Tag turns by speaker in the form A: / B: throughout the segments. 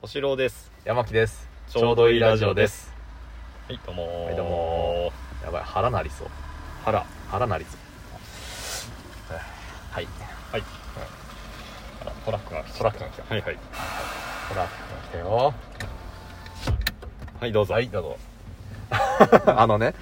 A: 敏郎です
B: 山木です
A: ちょうどいいラジオですはいどうもー
B: はいどうもやばい腹なりそう
A: 腹
B: 腹なりそう
A: はいはいあらトラックが来
B: トラックが来た
A: はいはい
B: ほら来たよ
A: はいどうぞ
B: はいどうぞ あのね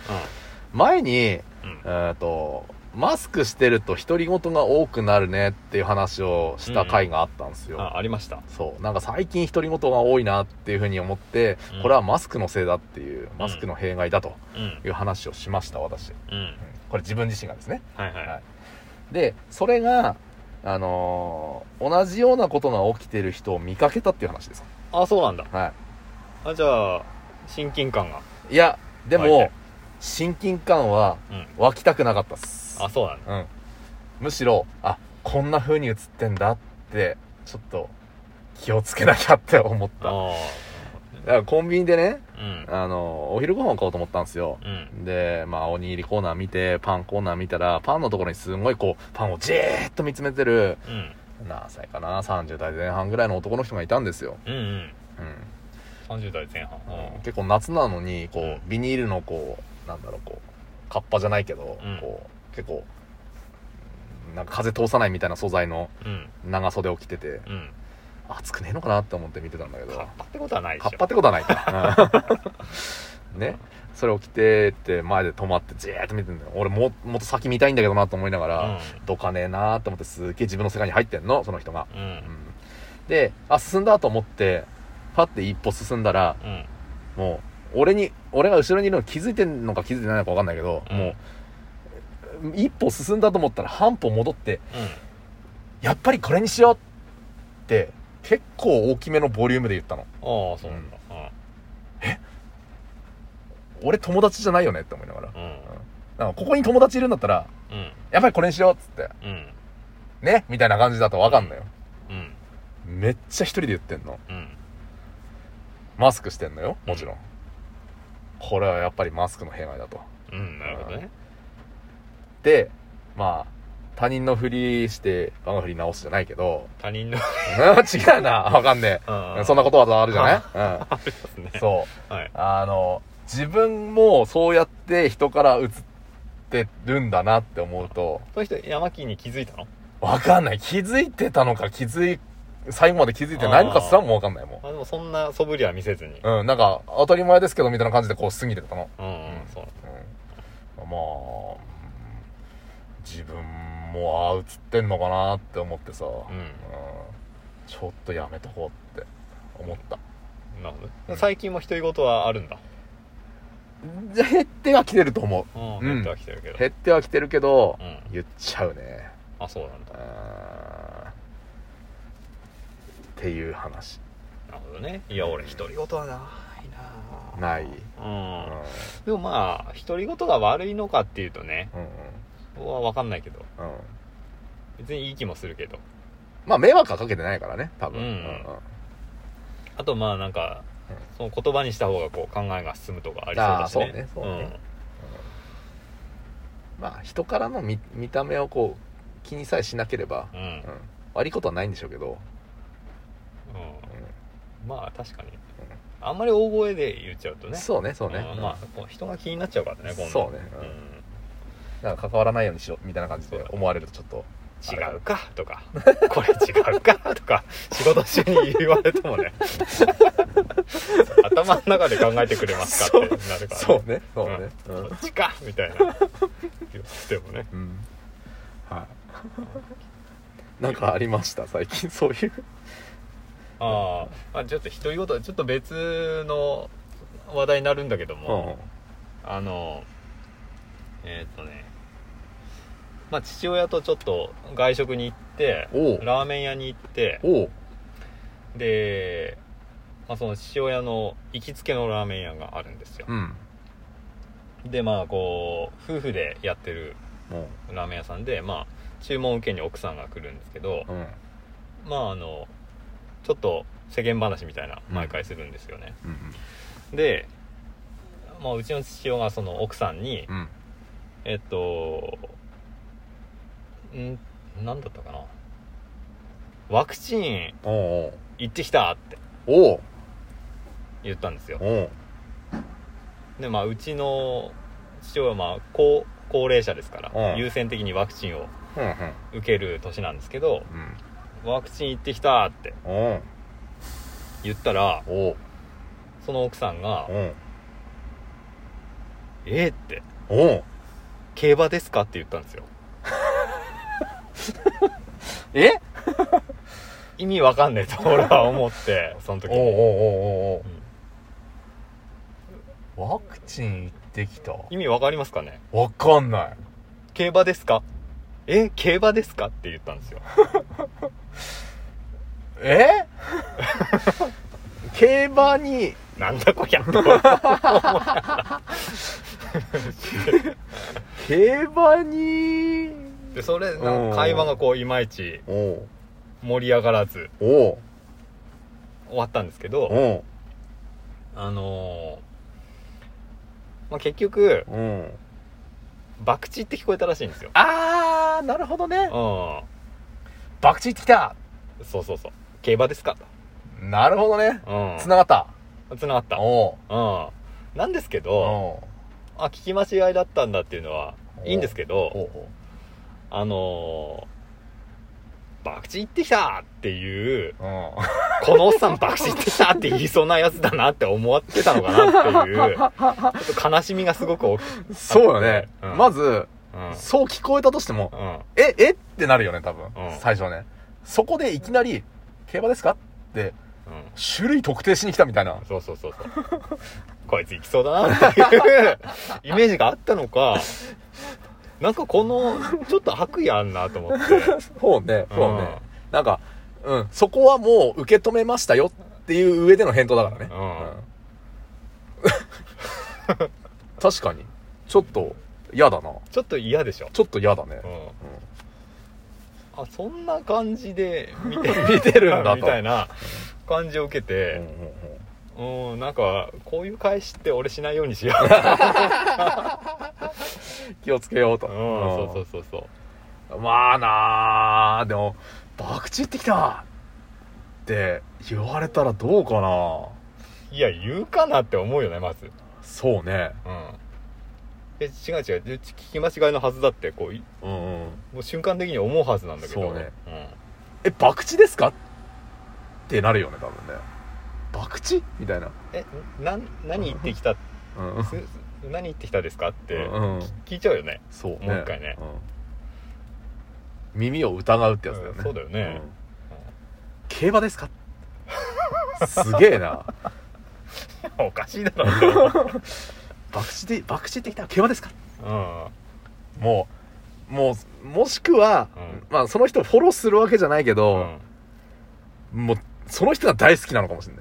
B: 前に
A: うんうん
B: えーっとマスクしてると独り言が多くなるねっていう話をした回があったんですよ、
A: あありました
B: そうなんか最近独り言が多いなっていうふうに思って、
A: うん
B: これはマスクのせいだっていうマスクの弊害だと
A: うん
B: いう話をしました私、
A: うん
B: これ自分自身がですね
A: はいはい
B: はいでそれがあのー同じようなことが起きてる人を見かけたっていう話です
A: あそうなんだ
B: は
A: あじゃあ親近感が
B: いいやでも、
A: はい
B: 親近感は
A: うん
B: 湧きたくなかったっす
A: あそうなんだ
B: うんむしろあこんな風に映ってんだってちょっと気をつけなきゃって思っただ
A: あ
B: からコンビニでね
A: あうん
B: あのお昼ご飯を買おうと思ったんですよ
A: うん
B: でまあおにぎりコーナー見てパンコーナー見たらパンのところにすごいこうパンをじーっと見つめてる
A: うん
B: 何歳かな30代前半ぐらいの男の人がいたんですよ、
A: うんうん
B: う
A: 30代前半
B: ん結構夏なのにこ
A: うん
B: うビニールのこうなんだろうこうカッパじゃないけど、
A: うん
B: こう結構うんなんか風通さないみたいな素材の
A: うん
B: 長袖を着てて
A: うん
B: 暑くねえのかなって思って見てたんだけど
A: カッパってことはないでし
B: カ
A: ょ
B: ッパってことはないか ねそれを着てって前で止まってじーっと見てんだよ俺ももっと先見たいんだけどなと思いながら、どかねえなーと思ってすっげえ自分の世界に入ってんのその人が、
A: うんう
B: うんん、であ進んだと思ってパッて一歩進んだら
A: うん
B: もう俺に俺が後ろにいるの気づいてんのか気づいてないのか分かんないけど、
A: うん
B: もう一歩進んだと思ったら半歩戻って
A: うん
B: やっぱりこれにしようって結構大きめのボリュームで言ったの
A: ああそうなんだう
B: 俺友達じゃないよねって思いながら
A: んうん
B: なんかここに友達いるんだったら、
A: うん
B: やっぱりこれにしようっつって、
A: うん
B: ねみたいな感じだとわかんのよ。
A: うん
B: めっちゃ一人で言ってんの。
A: うん
B: マスクしてんのよ、もちろん。これはやっぱりマスクの弊害だと。
A: うんなるほどね
B: で、まあ、他人のふりして、我が振り直すじゃないけど、
A: 他人の
B: うん違うな、わかんね え。そんなことはあるじゃない
A: ありますね
B: うん。そう。
A: はい
B: あの、自分もそうやって人から映ってるんだなって思うと、
A: その人山木に気づいたの
B: わかんない。気づいてたのか気づい、最後まで気づいてないのかすらもわかんないもん。
A: まあでもそんな素振りは見せずに
B: うん、なんか、当たり前ですけど、みたいな感じでこう過ぎてたの。
A: うんうんそう
B: うん。まあ、うん自分も、ああ、映ってんのかなって思ってさ、うん
A: うん
B: ちょっとやめとこうって思った。
A: なるほ
B: う
A: ど
B: ん
A: 最近も独り言はあるんだ
B: じゃ、減っては来てると思
A: うん
B: うん
A: ネットは来てるけ
B: う。
A: ど
B: 減っては来てるけど、
A: うん
B: 言っちゃうね。
A: あそうなんだ
B: うん。っていう話。
A: なるほどねいや俺独り言はないな
B: ない。う
A: うん
B: ん。
A: でもまあ独り言が悪いのかっていうとね
B: うん
A: 僕は分かんないけど
B: うん。うん。
A: 別にいい気もするけど
B: まあ迷惑はかけてないからね、多分。
A: うん
B: うん
A: あとまあなんか
B: うん
A: その言葉にした方がこう考えが進むとかありそうだしね
B: あーそうねそうねまあ人からの見見た目をこう気にさえしなければ、
A: うんうん
B: うん、悪いことはないんでしょうけど、
A: うん
B: う
A: まあ確かにあんまり大声で言っちゃうと
B: ん
A: ね
B: そうねそうね、
A: うんまあこう人が気になっちゃうからね今度
B: そうねうんなんか関わらないようにしようみたいな感じで思われるとちょっと
A: うん違うかとかこれ違うかとか仕事中に言われてもね頭の中で考えてくれますかってなるから、ね、
B: そうねそうね、うん
A: んこっちかみたいな言ってもね
B: うんは いなんかありました最近そういう
A: あー、まあちょっと独り言ちょっと別の話題になるんだけど
B: うん
A: も、あのえーっとねまあ父親とちょっと外食に行って
B: おう
A: ラーメン屋に行って
B: おう
A: で、まあ、その父親の行きつけのラーメン屋があるんですよ
B: う、ん
A: でまあこう夫婦でやってる
B: も
A: ラーメン屋さんでまあ注文受けに奥さんが来るんですけど
B: う、うん
A: まああのちょっと世間話みたいな
B: うん
A: 毎回するんですよね、
B: うん
A: で、まあ、うちの父親がその奥さんに、
B: うんうん
A: えっとん何だったかなワクチン
B: おう
A: 行ってきたって
B: おうおう
A: 言ったんですよ
B: おう
A: でまあうちの父親はまあ高高齢者ですから、
B: うん
A: 優先的にワクチンを
B: うんうん
A: 受ける年なんですけど
B: うん
A: ワクチン行ってきたって
B: おう
A: 言ったら
B: おう
A: その奥さんが
B: おう
A: 「えっ?」って
B: おう
A: 「競馬ですか?」って言ったんですよ
B: え
A: 意味わかんねえと 俺は思ってその
B: お
A: 時
B: うおう
A: に
B: おう
A: うん
B: おうおうワクチン行ってきた
A: 意味わかりますかね
B: わかんない
A: 競馬ですかえ競馬ですかって言ったんですよ
B: え競馬に
A: なんだこりゃって俺は
B: 競馬に
A: でそれなんか会話がこういまいち
B: おう
A: 盛り上がらず
B: おう
A: 終わったんですけど
B: おう
A: あのーまあ、結局
B: おう
A: 博打って聞こえたらしいんですよ
B: あーなるほどね
A: う
B: 博打行ってきた
A: んそうそうそう競馬ですか
B: なるほどね
A: うん
B: つながった
A: つながった
B: おう
A: うんなんですけど
B: おう
A: あ聞き間違いだったんだっていうのは
B: お
A: いいんですけど
B: おう
A: あのー、博打行ってきたっていう、
B: おう
A: このおっさん博打行ってきたって言いそうなやつだなって思ってたのかな っていう、ちょっと悲しみがすごく大きく、
B: うんそうよね
A: うん
B: まず
A: うん。
B: そう聞こえたとしても
A: うん。
B: ええってなるよね多分
A: うん
B: 最初はねそこでいきなり競馬ですかって
A: う。
B: 種類特定しに来たみたいなん
A: そうそうそうそう。こいつ行きそうだなっていうイメージがあったのか、なんかこの、ちょっと悪意あんなと思って。
B: そうねそうねなんか、うん、そこはもう受け止めましたよっていう上での返答だからね。
A: うん
B: うん 確かに。ちょっと嫌だな。
A: ちょっと嫌でしょ。
B: ちょっと嫌だね
A: う。ん。あ、そんな感じで見 てる
B: 見てるんだと
A: みたいな感じを受け
B: うん
A: て、
B: うんうんうん
A: うんなんかこういう返しって俺しないようにしよう
B: 気をつけようと。
A: うんそうそうそうそう
B: うんまあなあでも、博打行ってきたって言われたらどうかない
A: や言うかなって思うよねまず
B: そうね。
A: うんえ違う違うで聞き間違いのはずだってこうい
B: うんうん。
A: もう瞬間的に思うはずなんだけど
B: そうねえ、博打ですかってなるよね、多分ね。博打みたいな。
A: うん、えなん何言ってきたす
B: うん。
A: 何言ってきたですかって
B: うんうん
A: 聞いちゃうよね
B: そう、ね、
A: もう一回ね
B: うん耳を疑うってやつだよね、
A: うんそうだよね
B: うん競馬ですか すげえな
A: おかしいだろって思う
B: 博打で博打ってきたら競馬ですか
A: うん
B: もうもうもしくは、
A: うん
B: まあその人をフォローするわけじゃないけ
A: う
B: ど
A: ん、
B: もうその人が大好きなのかもしれ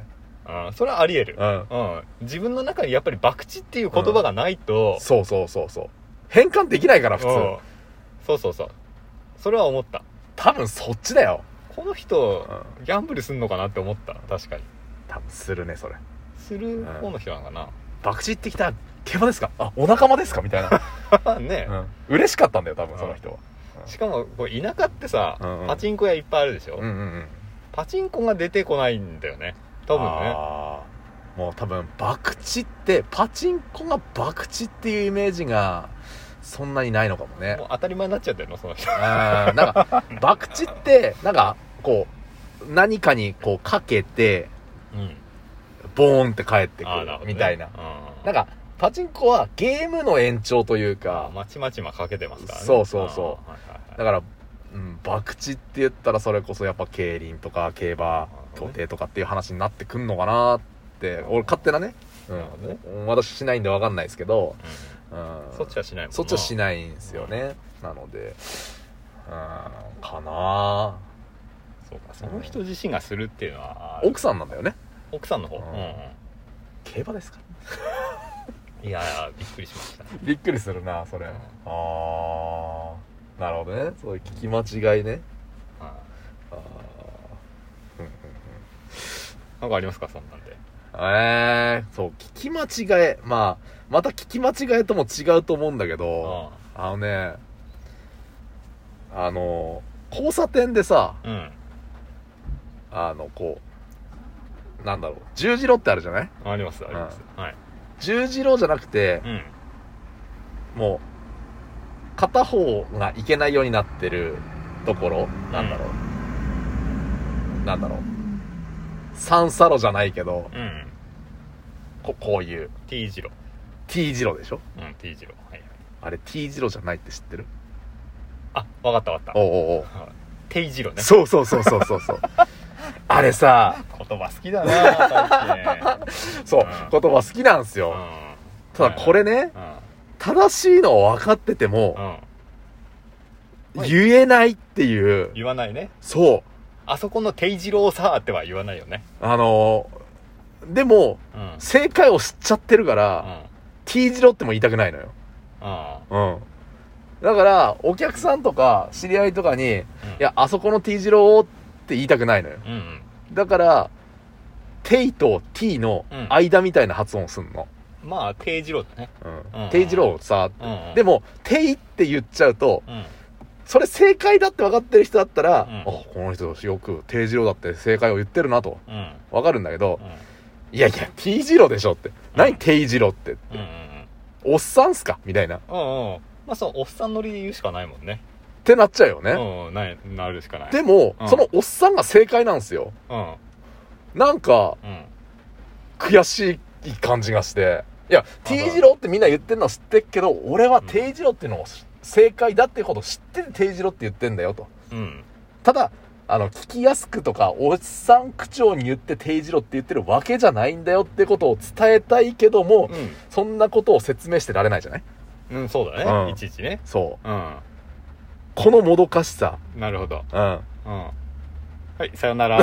A: うん、それはあり得る、
B: ない、うん
A: うん、自分の中にやっぱり博打っていう言葉がないと、
B: そうそうそうそう変換できないから普通、
A: うんそうそうそうそれは思った
B: 多分そっちだよ
A: この人、
B: う
A: ギャンブルすんのかなって思った確かに
B: 多分するねそれ
A: する方の人なのかな、
B: 博打ってきた競馬ですかあお仲間ですかみたいな、
A: ね、
B: うん、嬉しかったんだよ多分その人は、
A: しかもこう田舎ってさ、
B: うんうん
A: パチンコ屋いっぱいあるでしょ、
B: うんうんうん
A: パチンコが出てこないんだよね多分ね
B: あーもう多分博打ってパチンコが博打っていうイメージがそんなにないのかもね
A: もう当たり前になっちゃってるのその人
B: あーなんか博打ってなんかこう何かにこうかけて
A: うん
B: ボーンって帰ってく
A: あー
B: る
A: なるほどね
B: みたいな、
A: うん、
B: なんかパチンコはゲームの延長という
A: あ
B: か
A: まちまちまかけてますからね
B: そうそうそう
A: あーはいはいはい
B: だから、うん、博打って言ったらそれこそやっぱ競輪とか競馬競艇とかっていう話になってくんのかなって俺勝手なね,、う
A: なるほどね
B: ん、私しないんで分かんないですけど、うん
A: うん、そっちはしないもんな
B: そっちはし
A: ない
B: ないんですよね、なのでうんかな
A: そうかその人自身がするっていうのは
B: 奥さんなんだよね
A: 奥さんの方、
B: うん
A: うんうん
B: 競馬ですか
A: いやーびっくりしました
B: びっくりするなそれ、
A: うん
B: ああなるほどねそういう聞き間違いね
A: う
B: あーうんうん
A: んなんかありますかそんなんで
B: えー、そう、聞き間違え。まあ、また聞き間違えとも違うと思うんだけど、あのね、あの、交差点でさ、
A: うん
B: あの、こなんだろう十字路ってあるじゃない
A: ありますあります、はい
B: 十字路じゃなくて
A: う、ん
B: もう片方が行けないようになってるところなんだろう、なんだろう三差路じゃないけど
A: うん
B: ここういう
A: T 字路
B: T 字路でしょ
A: うん T 字路はいはい
B: あれ T 字路じゃないって知ってる
A: あわかったわかっ
B: お
A: た
B: うおうおう
A: 定字路ね
B: そうそうそうそうそうそう あれさ
A: 言葉好きだな
B: そう
A: う
B: 言葉好きなんす
A: 最
B: よ、
A: 近
B: ただこれね
A: うん
B: 正しいのを分かってて
A: う
B: も
A: ん、うん、はい
B: 言えないっていう
A: 言わないね
B: そう
A: あそこの定次郎さーっては言わないよね
B: あのーでも
A: うんうん
B: 正解を知っちゃってるから、T 字路っても言いたくないのよ。
A: あ
B: うん。だから、お客さんとか、知り合いとかに、い
A: うん
B: や、あそこの T 字路をって言いたくないのよ。
A: うんうん
B: だから、テイと T の
A: うん
B: 間みたいな発音をすんの。
A: まあ定次郎だね
B: う。
A: うんん
B: テイジローさ、
A: うん
B: で
A: も
B: も、テイって言っちゃうと、
A: うん
B: それ正解だって分かってる人だったら、
A: うん
B: あ、この人よく、テイジローだって正解を言ってるなと。
A: うん
B: 分かるんだけど
A: う、ん
B: いやいや、T 字路でしょって。何テイジローって。
A: うんうん
B: おっさんっすかみたいな。っ
A: うんうんまあそうおっさん乗りで言うしかないもんね
B: てなっちゃうよね。
A: うんうんないなるしかない
B: でも、
A: うん
B: そのおっさんが正解なんですよ。
A: うん
B: なんか、
A: うん
B: 悔しい感じがして。いや、
A: あそう
B: T 字路ってみんな言ってるのは知ってっけど、俺は
A: うん
B: T 字路っていうのを正解だっていうことを知ってて T 字路って言ってんだよと。
A: うん
B: ただ、あの、聞きやすくとか、おっさん口調に言って T 字路って言ってるわけじゃないんだよってことを伝えたいけども、
A: うん
B: そんなことを説明してられないじゃない
A: うんそうだね、
B: うん
A: いちいちね
B: そう。
A: うん
B: このもどかしさ。
A: なるほど
B: うん。
A: うんはいさよなら